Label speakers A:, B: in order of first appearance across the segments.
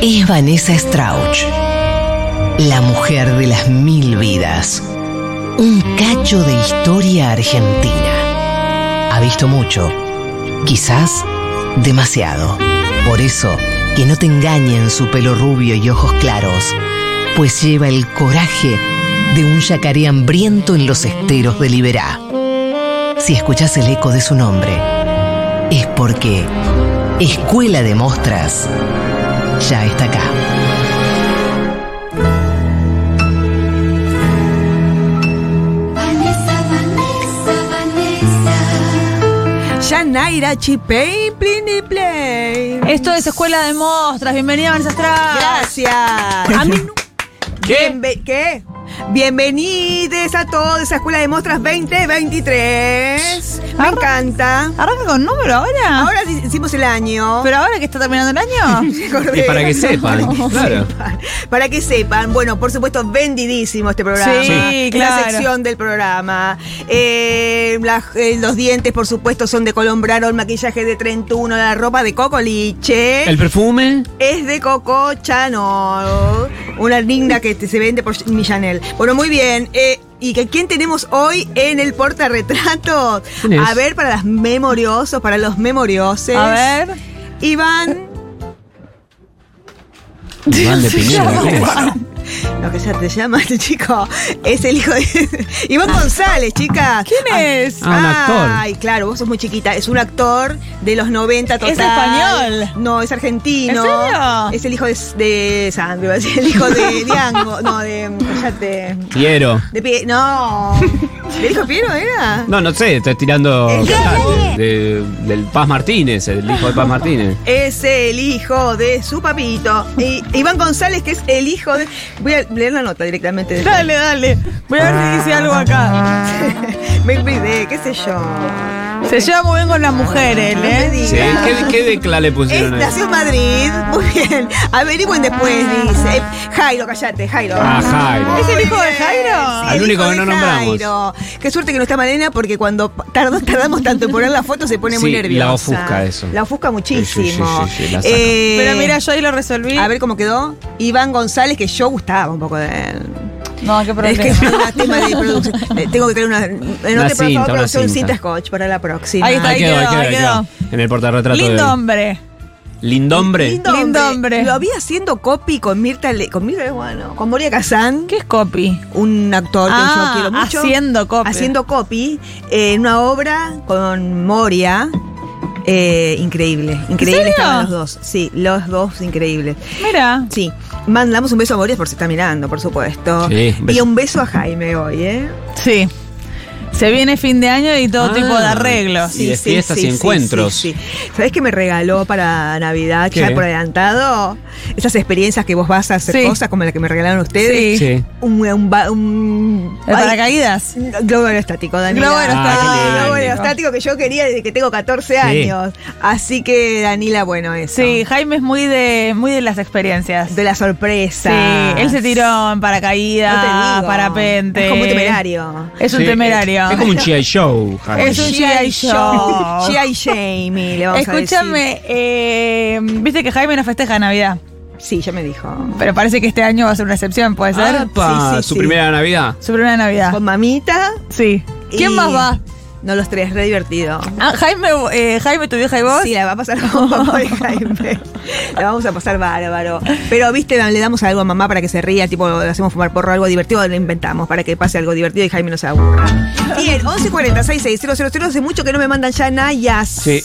A: Es Vanessa Strauch, la mujer de las mil vidas. Un cacho de historia argentina. Ha visto mucho, quizás demasiado. Por eso, que no te engañen su pelo rubio y ojos claros, pues lleva el coraje de un yacaré hambriento en los esteros de Liberá. Si escuchas el eco de su nombre, es porque Escuela de Mostras ya está acá.
B: Yanaira Chipei, Plini Play.
C: Esto es Escuela de Mostras. Bienvenida, Vanessa Strauss.
B: Gracias. A mí nu- Bienve- ¿Qué? Bienvenides a todos a Escuela de Mostras 2023. Me
C: Arra-
B: encanta.
C: ¿Arranca con número ahora?
B: Ahora sí hicimos el año.
C: ¿Pero ahora que está terminando el año?
B: Recordé.
D: Y para que sepan, claro.
B: Para que sepan, bueno, por supuesto, vendidísimo este programa.
C: Sí,
B: Es
C: claro.
B: La sección del programa. Eh, la- eh, los dientes, por supuesto, son de Colombraro, el maquillaje de 31, la ropa de Cocoliche.
D: El perfume,
B: Es de Coco Chanel, una linda que te- se vende por mi Chanel. Bueno, muy bien. eh, ¿Y que, quién tenemos hoy en el portarretrato?
D: ¿Quién es?
B: A ver, para las memoriosos, para los memoriosos.
C: A ver.
B: Iván.
D: Iván de Piñera, ¿quién es?
B: Lo que ya te llama este chico. Es el hijo de. Iván González, chica.
C: ¿Quién es?
D: Ah, un actor.
B: Ay, claro, vos sos muy chiquita. Es un actor de los 90 total.
C: ¿Es español?
B: No, es argentino.
C: ¿En serio?
B: Es el hijo de, de Sandro, iba a decir, el hijo de Diango. No, de. Cállate.
D: Piero.
B: De pie. No. ¿El hijo de Piero era?
D: No, no sé, estás tirando
B: ¿El qué?
D: de- del Paz Martínez, el hijo de Paz Martínez.
B: Es el hijo de su papito. Y Iván González, que es el hijo de. Voy a leer la nota directamente. de-
C: Dale, dale. Voy a ver si dice algo acá.
B: Me olvidé, qué sé yo.
C: Se lleva muy bien con las mujeres,
B: No me
C: ¿eh?
B: digas.
D: Sí, ¿Qué, qué decla le
B: Es,
D: pusieron ahí?
B: nació en Madrid, muy bien. Averigüen después, dice. Eh, Jairo, callate, Jairo.
D: Ah, Jairo.
C: ¿Es el
B: Muy
C: hijo de
B: bien.
C: Jairo?
B: Sí,
D: Al
B: el
D: único
B: hijo
D: que
B: de
D: no nombramos.
B: Jairo. Qué suerte que no está Malena porque cuando tardó- tardamos tanto en poner la foto se pone muy
D: Sí, la
B: nerviosa.
D: ofusca eso.
B: La ofusca muchísimo.
D: Sí, sí, sí, sí, la saca.
B: Eh,
C: Pero mira, yo ahí lo resolví.
B: A ver cómo quedó. Iván González, que yo gustaba un poco de él.
C: No, qué
B: Es
C: problema.
B: que es un tema de producción. Eh, Tengo que tener una. eh, No
D: Una
B: te por
D: cinta,
B: favor,
D: una
B: producción
D: cinta.
B: cinta scotch para la próxima.
C: Ahí está,
D: Ahí quedó, ahí quedó, ahí
C: quedó.
D: quedó. En el portarretrato de
C: Lindo hombre.
D: Lindombre.
B: Lindo,
C: Lindo hombre.
B: Lo vi haciendo copy con Mirta Le, con Mirta Leguano, con Moria Kazán,
C: ¿Qué es copy?
B: un actor que
C: Ah,
B: yo quiero mucho.
C: haciendo copy.
B: Haciendo copy eh, en una obra con Moria. eh, increíble, increíble
C: serio?
B: estaban los dos. Sí, los dos increíbles.
C: Mira.
B: Sí, mandamos un beso a Moria por si está mirando, por supuesto.
D: Sí, un
B: y
D: beso.
B: un beso a Jaime hoy, ¿eh?
C: Sí. Se viene fin de año y todo
D: Ah.
C: tipo de arreglos.
D: Y de fiestas y encuentros.
B: ¿Sabes qué me regaló para Navidad, ya
D: ¿Qué?
B: por adelantado? Esas experiencias que vos vas a hacer
C: Sí.
B: cosas como la que me regalaron ustedes.
D: Sí.
B: Un, un, ba- un-
C: ¿El
B: ay,
C: paracaídas?
B: Globo aerostático, Daniela.
C: Globo aerostático.
B: Ah, globo
D: qué lindo.
B: aerostático que yo quería desde que tengo 14 años. Así que, Danila, bueno, eso.
C: Sí, Jaime es muy de, muy de las experiencias.
B: De la sorpresa.
C: Sí, él se tiró en paracaídas,
B: No te digo.
C: parapente.
B: Es como un temerario.
C: Es un
D: Sí,
C: temerario.
D: Es, es como un GI Show, Jaime.
C: Es un- G.I. Show.
B: G.I. Jamie, le vamos a decir.
C: Escúchame, eh, viste que Jaime no festeja Navidad,
B: Sí, ya me dijo.
C: pero parece que este año va a ser una excepción, ¿puede ser?
D: Apa,
B: Sí, sí,
D: Ah, su
B: sí.
D: primera Navidad.
C: Su primera
E: Ah.
C: Navidad.
B: Con mamita.
C: Sí. ¿Quién
B: Y-
C: más va?
B: No, los tres, re divertido.
C: Ah, Jaime, eh, Jaime, tu vieja y vos.
B: Sí, la va a pasar con papá de Jaime. La vamos a pasar bárbaro. Pero, viste, le damos algo a mamá para que se ría, tipo, le hacemos fumar porro, algo divertido, lo inventamos para que pase algo divertido y Jaime no se aburra. Bien, 11466000, hace mucho que no me mandan ya nayas.
D: Sí.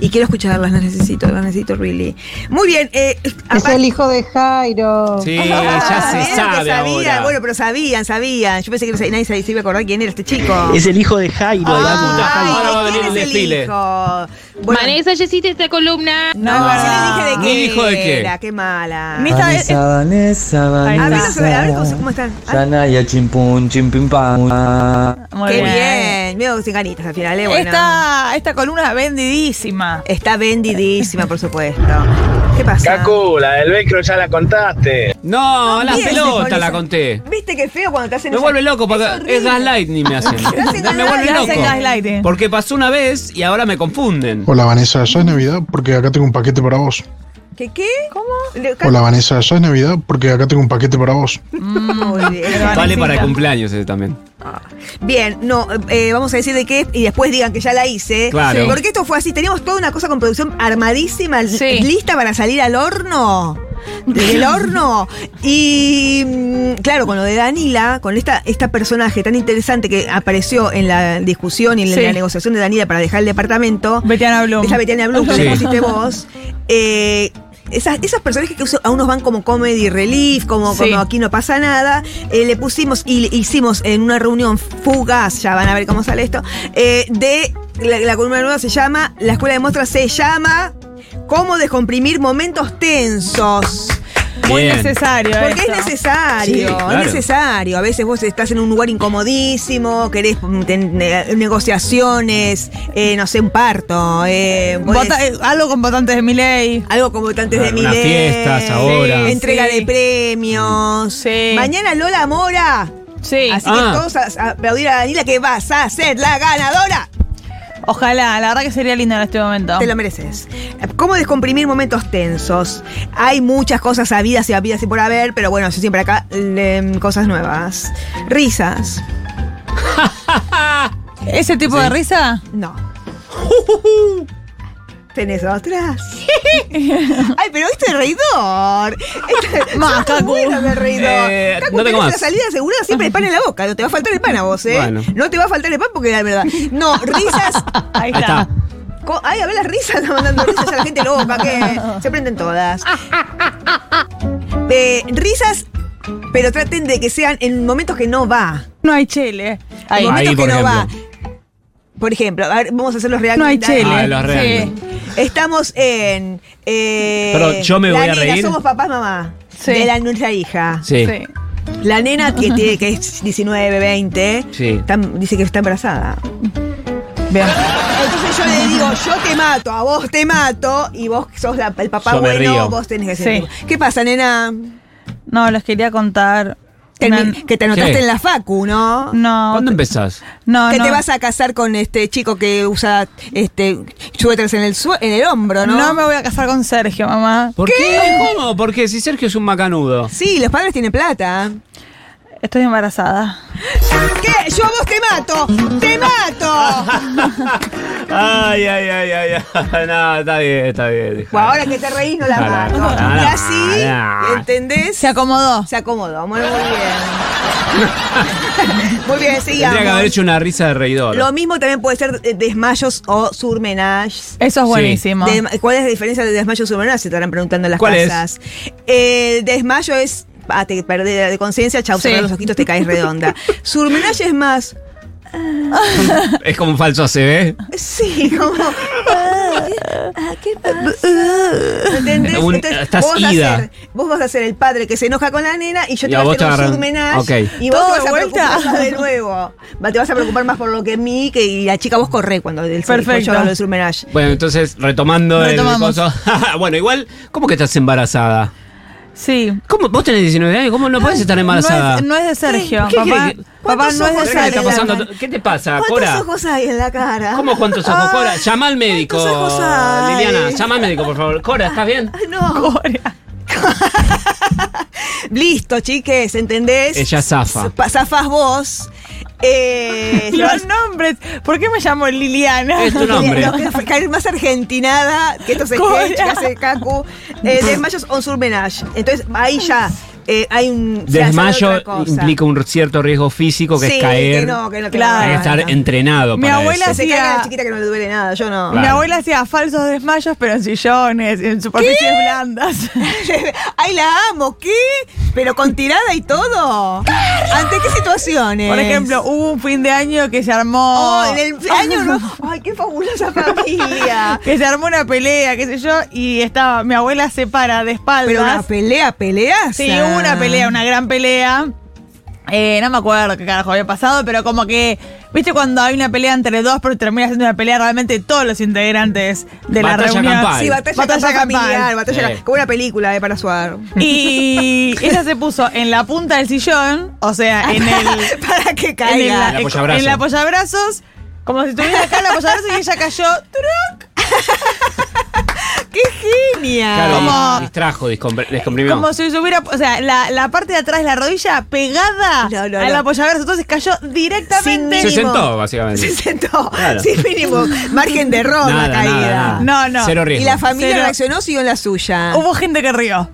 B: Y quiero escucharlas, las necesito, las necesito, really. Muy bien. Eh,
C: Ah,
E: Es
B: apa-
E: el hijo de Jairo.
D: Sí,
B: Ah,
D: Eh, ya
B: vieron
D: se
B: que
D: sabe
B: sabían,
D: ahora.
B: Bueno, pero sabían, sabían. Yo pensé que no sabía- nadie se iba a acordar quién era este chico.
F: Es el hijo de Jairo.
B: Ay,
F: digamos, la
D: puta.
F: Jairo.
D: Ahora va a
B: ¿quién
D: venir el
B: es el
D: desfile.
B: hijo? Bueno,
G: Vanessa, ya hiciste esta columna.
B: No,
C: No,
B: si le dije de
D: ni
B: qué.
D: dijo de qué.
B: Era, qué mala.
C: Ni- Esta es-
H: Vanessa,
C: Ahí está.
B: A ver, a ver, a ver cómo- cómo están. Ah,
H: Yanaya, chimpun, chimpim, pam. Ah.
C: Muy
B: qué bien. Medio sin ganitas al final, eh, bueno.
C: Esta, esta columna es vendidísima.
B: Está vendidísima, por supuesto. ¿Qué pasa?
I: Cacu, la del velcro ya la contaste.
D: No, la
B: Bien, con
D: pelota la
B: esa-
D: conté.
B: ¿Viste qué feo cuando te hacen
D: Me
B: esa-
D: vuelve loco porque
B: horrible.
D: es gaslighting me
B: Te
D: hacen.
B: hacen
D: me
B: gaslighting,
D: vuelve
C: te hacen
D: loco.
C: gaslighting.
D: Porque pasó una vez y ahora me confunden.
E: Hola Vanessa, ¿ya es Navidad? Porque acá tengo un paquete para vos.
B: ¿Qué qué? ¿Cómo?
E: Hola Vanessa, ¿ya es Navidad? Porque acá tengo un paquete para vos.
C: Mm.
B: Muy bien.
D: Vale para cumpleaños ese también.
B: Bien, no, eh, vamos a decir de qué y después digan que ya la hice.
D: Claro.
B: Porque esto fue así, teníamos toda una cosa con producción armadísima, l-
C: Sí.
B: lista para salir al horno. Del horno. Y mm, claro, con lo de Danila, con esta, esta personaje tan interesante que apareció en la discusión y en la-
C: Sí.
B: la negociación de Danila para dejar el departamento.
C: Betiana Blum.
B: Esa Betiana Blum que
D: Sí.
B: le pusiste vos. Eh, esas, esos personajes que uso- a unos van como comedy relief, como,
C: Sí.
B: como aquí no pasa nada. Eh, le pusimos y le hicimos en una reunión fugaz, ya van a ver cómo sale esto, eh, de la, la columna nueva se llama, la escuela de muestras se llama Cómo descomprimir momentos tensos.
C: Muy
D: Bien.
C: necesario.
B: Porque es
C: esto.
B: necesario,
D: Sí, claro.
B: es necesario. A veces vos estás en un lugar incomodísimo, querés mm, ten- ne- negociaciones, eh, no sé, un parto. eh, podés-
C: Vota- eh, algo con votantes de mi ley.
B: algo como antes de mi
D: Unas fiestas ahora.
B: Entrega
C: Sí.
B: de premios.
C: Sí.
B: Mañana Lola Mora.
C: Sí.
B: Así
D: Ah.
B: que todos a, a aplaudir a Danila que vas a ser la ganadora.
C: Ojalá, la verdad que sería lindo en este momento.
B: Te lo mereces. ¿Cómo descomprimir momentos tensos? Hay muchas cosas habidas y habidas y por haber, pero bueno, yo siempre acá eh, cosas nuevas. Risas.
C: ¿Ese tipo de risa?
B: No. Tenés otras. Ay, pero este es reidor. Este-
C: Más,
B: sos muy
C: Cacu.
B: bueno de reidor.
D: Eh,
B: Cacu,
D: no tengo
B: tenés
D: más.
B: la salida asegurada siempre el pan en la boca. No te va a faltar el pan a vos, ¿eh?
D: Bueno.
B: No te va a faltar el pan porque la verdad. No, risas.
C: Ahí
D: Ahí
C: está.
D: está.
B: co- Ay, a ver las risas, están mandando risas a la gente loca, que se prenden todas. Eh, risas, pero traten de que sean en momentos que no va.
C: No hay chele.
B: En
C: Ahí.
D: Ahí,
B: momentos que
D: por
B: no va.
D: ejemplo.
B: Por ejemplo, a ver, vamos a hacer los reales.
C: No hay chele.
D: Ah, los reales.
B: Estamos en. Eh,
D: Perdón, ¿yo me
B: la
D: voy a
B: nena,
D: reír?
B: Somos papás, mamá.
C: Sí.
B: De la nuestra hija.
D: Sí.
C: Sí.
B: La nena que, tiene, que es 19, 20.
D: Sí.
B: está- dice que está embarazada.
C: Bien.
B: Entonces yo le digo, yo te mato, a vos te mato, y vos que sos la- el papá
D: Yo me
B: bueno,
D: río.
B: vos tenés que
C: Sí.
B: ser. ¿Qué pasa, nena?
C: No, los quería contar.
B: Termin-
C: una-
B: que te anotaste
D: ¿Qué?
B: en la facu, ¿no?
C: No,
D: ¿Cuándo empezás?
C: no,
B: que
C: no.
B: te vas a casar con este chico que usa este suéteres en el sue- en el hombro, ¿no?
C: No me voy a casar con Sergio, mamá.
D: ¿Por qué? ¿Cómo? Porque si Sergio es un macanudo.
B: Sí, los padres tienen plata.
C: Estoy embarazada.
B: ¿Qué? Yo a vos te mato, te mato.
D: Ay, ay, ay, ay, ay. No, está bien, está bien. dejá.
B: Bueno, ahora que te reís no la
D: Pará,
B: mato.
D: pará,
B: Y así,
D: pará.
B: ¿entendés?
C: Se acomodó.
B: Se acomodó, muy, muy bien. muy bien, sigamos.
D: Tendría que haber hecho una risa de reidor.
B: Lo mismo también puede ser eh, desmayos o surmenages.
C: Eso es
D: Sí.
C: buenísimo.
B: De- ¿Cuál es la diferencia de desmayo y surmenage? Se estarán preguntando en las
D: ¿Cuál es?
B: casas. El desmayo es, ah, te perdés de conciencia, chau,
C: Sí.
B: cerrás los ojitos, te caes redonda. surmenage es más,
D: Es como un falso ACB.
B: Sí, como. ah, ¿Qué pasa? ¿Entendés?
D: Un- estás
B: vos, vas a
D: ida.
B: ser, vos vas a ser el padre que se enoja con la nena y yo
D: Y
B: te
D: a
B: voy a hacer
D: vos te
B: un
D: agarran-
B: surmenage.
D: Ok.
B: Y vos
C: Todo
B: te vas
C: de
B: a
C: vuelta.
B: preocupar de nuevo. Va- te vas a preocupar más por lo que mí que y la chica vos corré cuando del
C: Perfecto.
B: Yo hablo del surmenage.
D: Bueno, entonces, retomando el
C: Retomamos.
D: coso. bueno, igual, ¿cómo que estás embarazada?
C: Sí.
D: ¿Cómo? ¿Vos tenés 19 años? ¿Cómo no podés estar
C: Ah, No
D: embarazada?
C: es, no es de Sergio.
D: ¿Qué
C: papá
D: crees que-
C: papá
B: ¿Cuántos
C: no es de
B: ojos
D: ¿Qué, te
C: Sergio.
D: está pasando? ¿Qué te pasa, Ah, Cora?
B: ¿Cuántos ojos hay en la cara?
D: ¿Cómo cuántos ojos, Cora? Llama al médico.
B: ¿cuántos ojos hay?
D: Liliana, llama al médico, por favor. Cora, ¿estás bien?
B: No. Listo, chiques, ¿entendés?
D: Ella zafa.
B: Pa- Zafás vos. Eh,
C: Los nombres. ¿Por qué me llamo Liliana?
D: Es tu nombre.
B: Lo que es caer más argentinada que estos
C: Cora.
B: sketches que hace Kaku. Eh, desmayos on surmenage. Entonces ahí ya eh, hay un. se hace
D: Desmayo
B: otra cosa.
D: implica un cierto riesgo físico que
B: Sí,
D: es caer.
B: Que no, que no, que
C: Claro.
B: no,
D: Hay que estar
B: no.
D: entrenado.
C: Mi
D: para
C: abuela
D: eso.
B: Ah, Se caiga la
C: hacía-
B: chiquita que no le duele nada, yo no.
C: Mi
D: Claro.
C: abuela hacía falsos desmayos, pero en sillones, en superficies blandas.
B: Ay, la amo, ¿qué? Pero con tirada y todo. ¿Ante qué situaciones?
C: Por ejemplo, hubo un fin de año que se armó.
B: Oh, en el año nuevo. Ay, qué fabulosa familia.
C: que se armó una pelea, qué sé yo, y estaba, mi abuela se para de
B: Pero una
C: espaldas.
B: pelea, peleas.
C: sí, hubo una pelea, una gran pelea. Eh, no me acuerdo qué carajo había pasado, pero como que, viste cuando hay una pelea entre dos, pero termina siendo una pelea realmente todos los integrantes de la
D: Batalla
C: reunión.
D: campal.
B: Sí, batalla,
C: Batalla
B: campal
C: campal.
B: familiar, batalla
D: Sí.
B: como una película eh, para suar.
C: Y ella se puso en la punta del sillón, o sea, en el,
B: para que
C: en, el-
B: caiga.
D: la- apoyabrazo.
C: en el apoyabrazos, como si estuviera acá el apoyabrazos y ella cayó. ¡truc!
B: ¡Qué genial!
D: Claro,
C: Como-
D: dis- distrajo, descompre- descomprimió.
C: Como si se hubiera, o sea, la, la parte de atrás de la rodilla pegada
B: No, no,
C: al
B: no.
C: apoyaverso, entonces cayó directamente.
D: Se
B: mínimo.
D: sentó, básicamente.
B: Se sentó,
D: Claro.
B: sin mínimo margen de error la
D: Nada, nada,
B: caída.
D: nada.
C: No, no.
D: Cero
B: Y
D: riesgo.
B: la familia
C: Cero.
B: reaccionó, siguió en la suya.
C: Hubo gente que rió.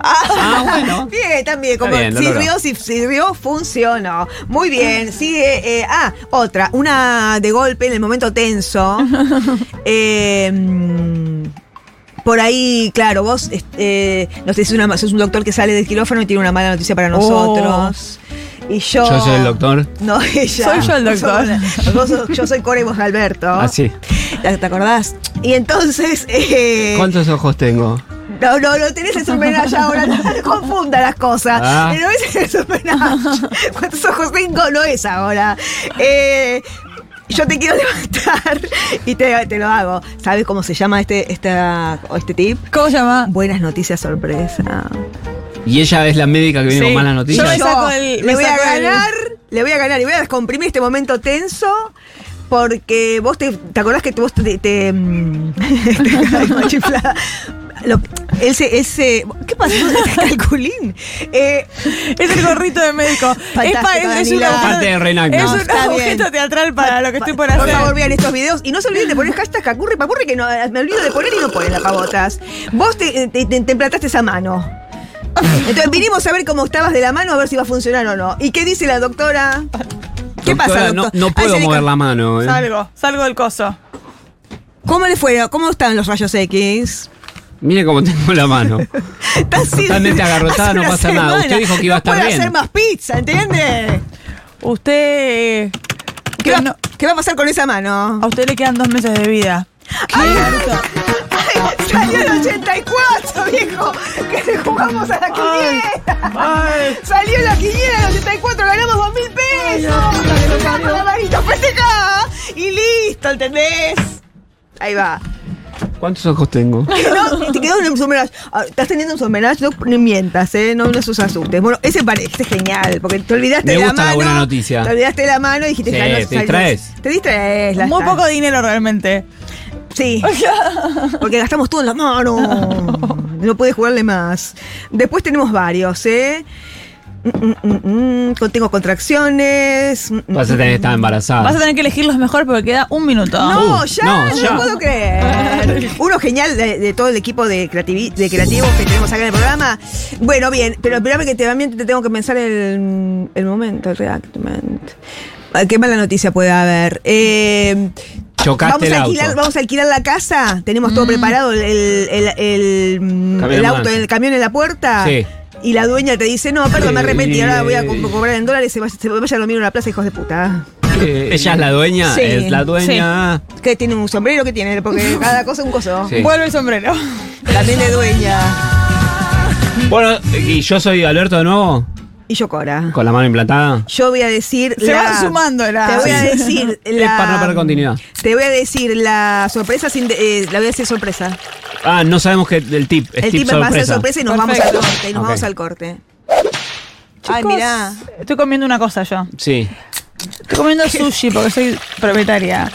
D: Ah, bueno.
B: Bien, también, como
D: Está bien, lo logró.
B: sirvió, si sirvió, funcionó. Muy bien, sigue. eh, ah, otra, una de golpe en el momento tenso. Eh, mm, por ahí, claro, vos este, eh, no sé, sos, una- sos un doctor que sale del quirófano y tiene una mala noticia
C: Oh.
B: para nosotros. Y yo.
D: Yo soy el doctor.
B: No, ella.
C: Soy yo el
B: Vos sos-
C: doctor.
B: vos sos- yo soy Core y vos Alberto.
D: Ah, sí.
B: ¿Te te acordás? Y entonces. eh,
D: ¿Cuántos ojos tengo?
B: no, no, no tenés el surmenage ahora, no se confunda las cosas.
D: Ah.
B: No es el surmenage. ¿Cuántos ojos tengo? No es ahora. Eh, yo te quiero levantar y te, te lo hago. ¿Sabes cómo se llama este, esta, este tip?
C: ¿Cómo se llama?
B: Buenas noticias sorpresa.
D: Y ella es la médica que viene
C: Sí.
D: con malas
B: Y
C: Yo me
D: noticias.
C: saco el-
B: le
C: me
B: voy a
C: saco el-
B: ganar, le voy a ganar y voy a descomprimir este momento tenso. Porque vos te, ¿te acordás que vos te... te, mm, ay, machiflada. Lo- ese, ese, ¿Qué pasó? Ese calculín. Eh,
C: Es el gorrito de médico. es,
B: Fantástico,
C: pa- es, es un
B: Daniela.
C: agujero-
D: Parte de Renac,
C: es
D: no,
C: un
B: está bien.
C: objeto teatral para lo que estoy por
B: por
C: hacer.
B: favor, vean estos videos. Y no se olviden de poner hashtag Cacurri Papurri, que no, me olvido de poner y no ponen la pavotas. Vos te, te, te- te emplataste esa mano. Entonces vinimos a ver cómo estabas de la mano, a ver si va a funcionar o no. ¿Y qué dice la doctora? ¿Qué
D: Doctora,
B: pasa, doctor?
D: No, no puedo
B: Angélica,
D: mover la mano. ¿eh?
C: Salgo, salgo del coso.
B: ¿Cómo le fue? ¿Cómo están los rayos X?
D: Mire cómo tengo la mano.
B: Está así-
D: Totalmente agarrotada,
B: hace
D: no
B: una
D: pasa nada.
B: semana.
D: Usted dijo que iba a estar
B: Puede
D: bien.
B: hacer más pizza, ¿entiende?
C: Usted.
B: ¿Qué va,
C: usted no-
B: qué va a pasar con esa mano?
C: a usted le quedan dos meses de vida.
B: ¡Ay, ay, salió el 84, viejo! ¡Que le jugamos a la quiniela! ¡Salió la quiniela del 84! ¡Ganamos 2 mil pesos! ¡Sacamos la manito festejá! ¡Y listo, ¿entendés? Ahí va.
D: ¿Cuántos ojos tengo?
B: No, te quedó un somerage. Ah, Estás teniendo un somerage, no no mientas, ¿eh? No nos asustes. Bueno, ese parece genial, porque te olvidaste
D: Me
B: de la mano.
D: gusta la buena noticia.
B: Te olvidaste de la mano y dijiste
D: Sí,
B: "Ya no
D: te
B: salgo".
D: distraes.
B: Te distraes, la
C: Muy
B: está.
C: poco dinero realmente.
B: Sí. Porque gastamos todo en la mano. No puedes jugarle más. Después tenemos varios, ¿eh? Mm, mm, mm, mm. Tengo contracciones. Mm, mm,
D: Vas a tener que estar embarazada.
C: Vas a tener que elegir los mejor porque queda un minuto.
B: No,
D: Uh,
B: ya, no,
D: Ah. no, ya.
B: puedo creer. Uno genial de, de todo el equipo de, creativi- de creativos que tenemos acá en el programa. Bueno, bien, pero espérame que te, también te tengo que pensar el, el momento, el reactment. Ah, Qué mala noticia puede haber. Eh,
D: Chocaste
B: vamos,
D: el
B: a
D: auto. Mm.
B: alquilar, vamos a alquilar la casa. Tenemos todo preparado. El, el- el- el- mm,
D: Camión
B: el
D: en
B: auto,
D: mano.
B: el camión en la puerta.
D: Sí.
B: Y la dueña te dice, no, perdón, me arrepentí, ahora voy a co-
D: Sí.
B: cobrar en dólares, se vaya, se vaya a lo mío en la plaza, hijos de puta.
D: Eh, Ella es la dueña.
B: Sí,
D: es la dueña.
B: Que tiene un sombrero que tiene, porque cada cosa es un coso.
D: Sí.
C: Vuelve el sombrero.
B: También de dueña.
D: Bueno, y yo soy Alberto de nuevo,
B: Y yo Cora.
D: con la mano implantada.
B: Yo voy a decir.
C: Se van sumando las-
B: Te voy a
D: Sí.
B: decir.
D: Es
B: la,
D: para no perder continuidad.
B: Te voy a decir la sorpresa sin. de- eh, la voy a decir sorpresa.
D: Ah, no sabemos que el tip. Es
B: El
D: tip,
B: tip va a ser
D: sorpresa.
B: sorpresa y nos
C: Perfecto.
B: vamos al corte. Y nos
D: Ok.
B: vamos al corte. Ay,
C: Chicos,
B: mirá.
C: Estoy comiendo una cosa yo.
D: Sí.
C: Estoy comiendo sushi porque soy propietaria.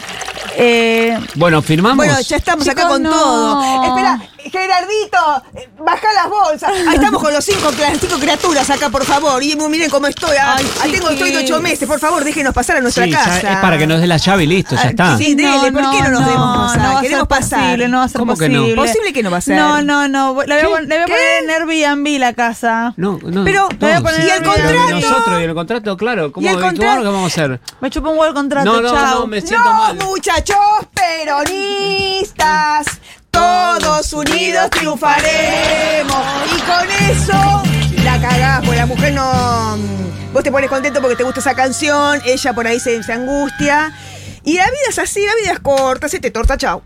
C: Eh,
D: Bueno, firmamos.
B: Bueno, ya estamos acá
C: Chicos,
B: con
C: no.
B: todo. Espera, Gerardito, eh, baja las bolsas. Ahí estamos con los cinco, cla- cinco criaturas acá, por favor. Y miren cómo estoy. Ah,
C: Ay,
B: ah, tengo, estoy de ocho
C: chiquis.
B: meses. Por favor, déjenos pasar a nuestra
D: Sí, ya
B: casa. Ah,
D: es para que nos dé la llave y listo, ya está.
B: sí. dele, ¿por qué no nos demos pasar?
C: va a
B: Queremos
C: ser
B: pasar.
C: posible, no va a ser
D: ¿Cómo que no?
C: posible.
B: Posible que no va a ser.
C: No, no, no. La voy a, pon- la voy a
B: ¿Qué?
C: poner en Airbnb la casa.
D: No, no.
B: Pero,
D: no,
B: voy a poner
D: sí,
B: ¿y el
D: pero
B: contrato?
D: Nosotros y el contrato, claro. ¿Cómo,
B: ¿Y el
D: ¿cómo
B: contrato?
D: vamos a hacer?
C: Me chupo un huevo el contrato,
D: No, no,
C: chao.
D: no, me siento
B: no,
D: mal.
B: muchachos peronistas, todos unidos triunfaremos. Y con eso la cagás, porque la mujer no. mm, Vos te pones contento porque te gusta esa canción, ella por ahí se, se angustia. Y la vida es así, la vida es corta, se te torta, chao.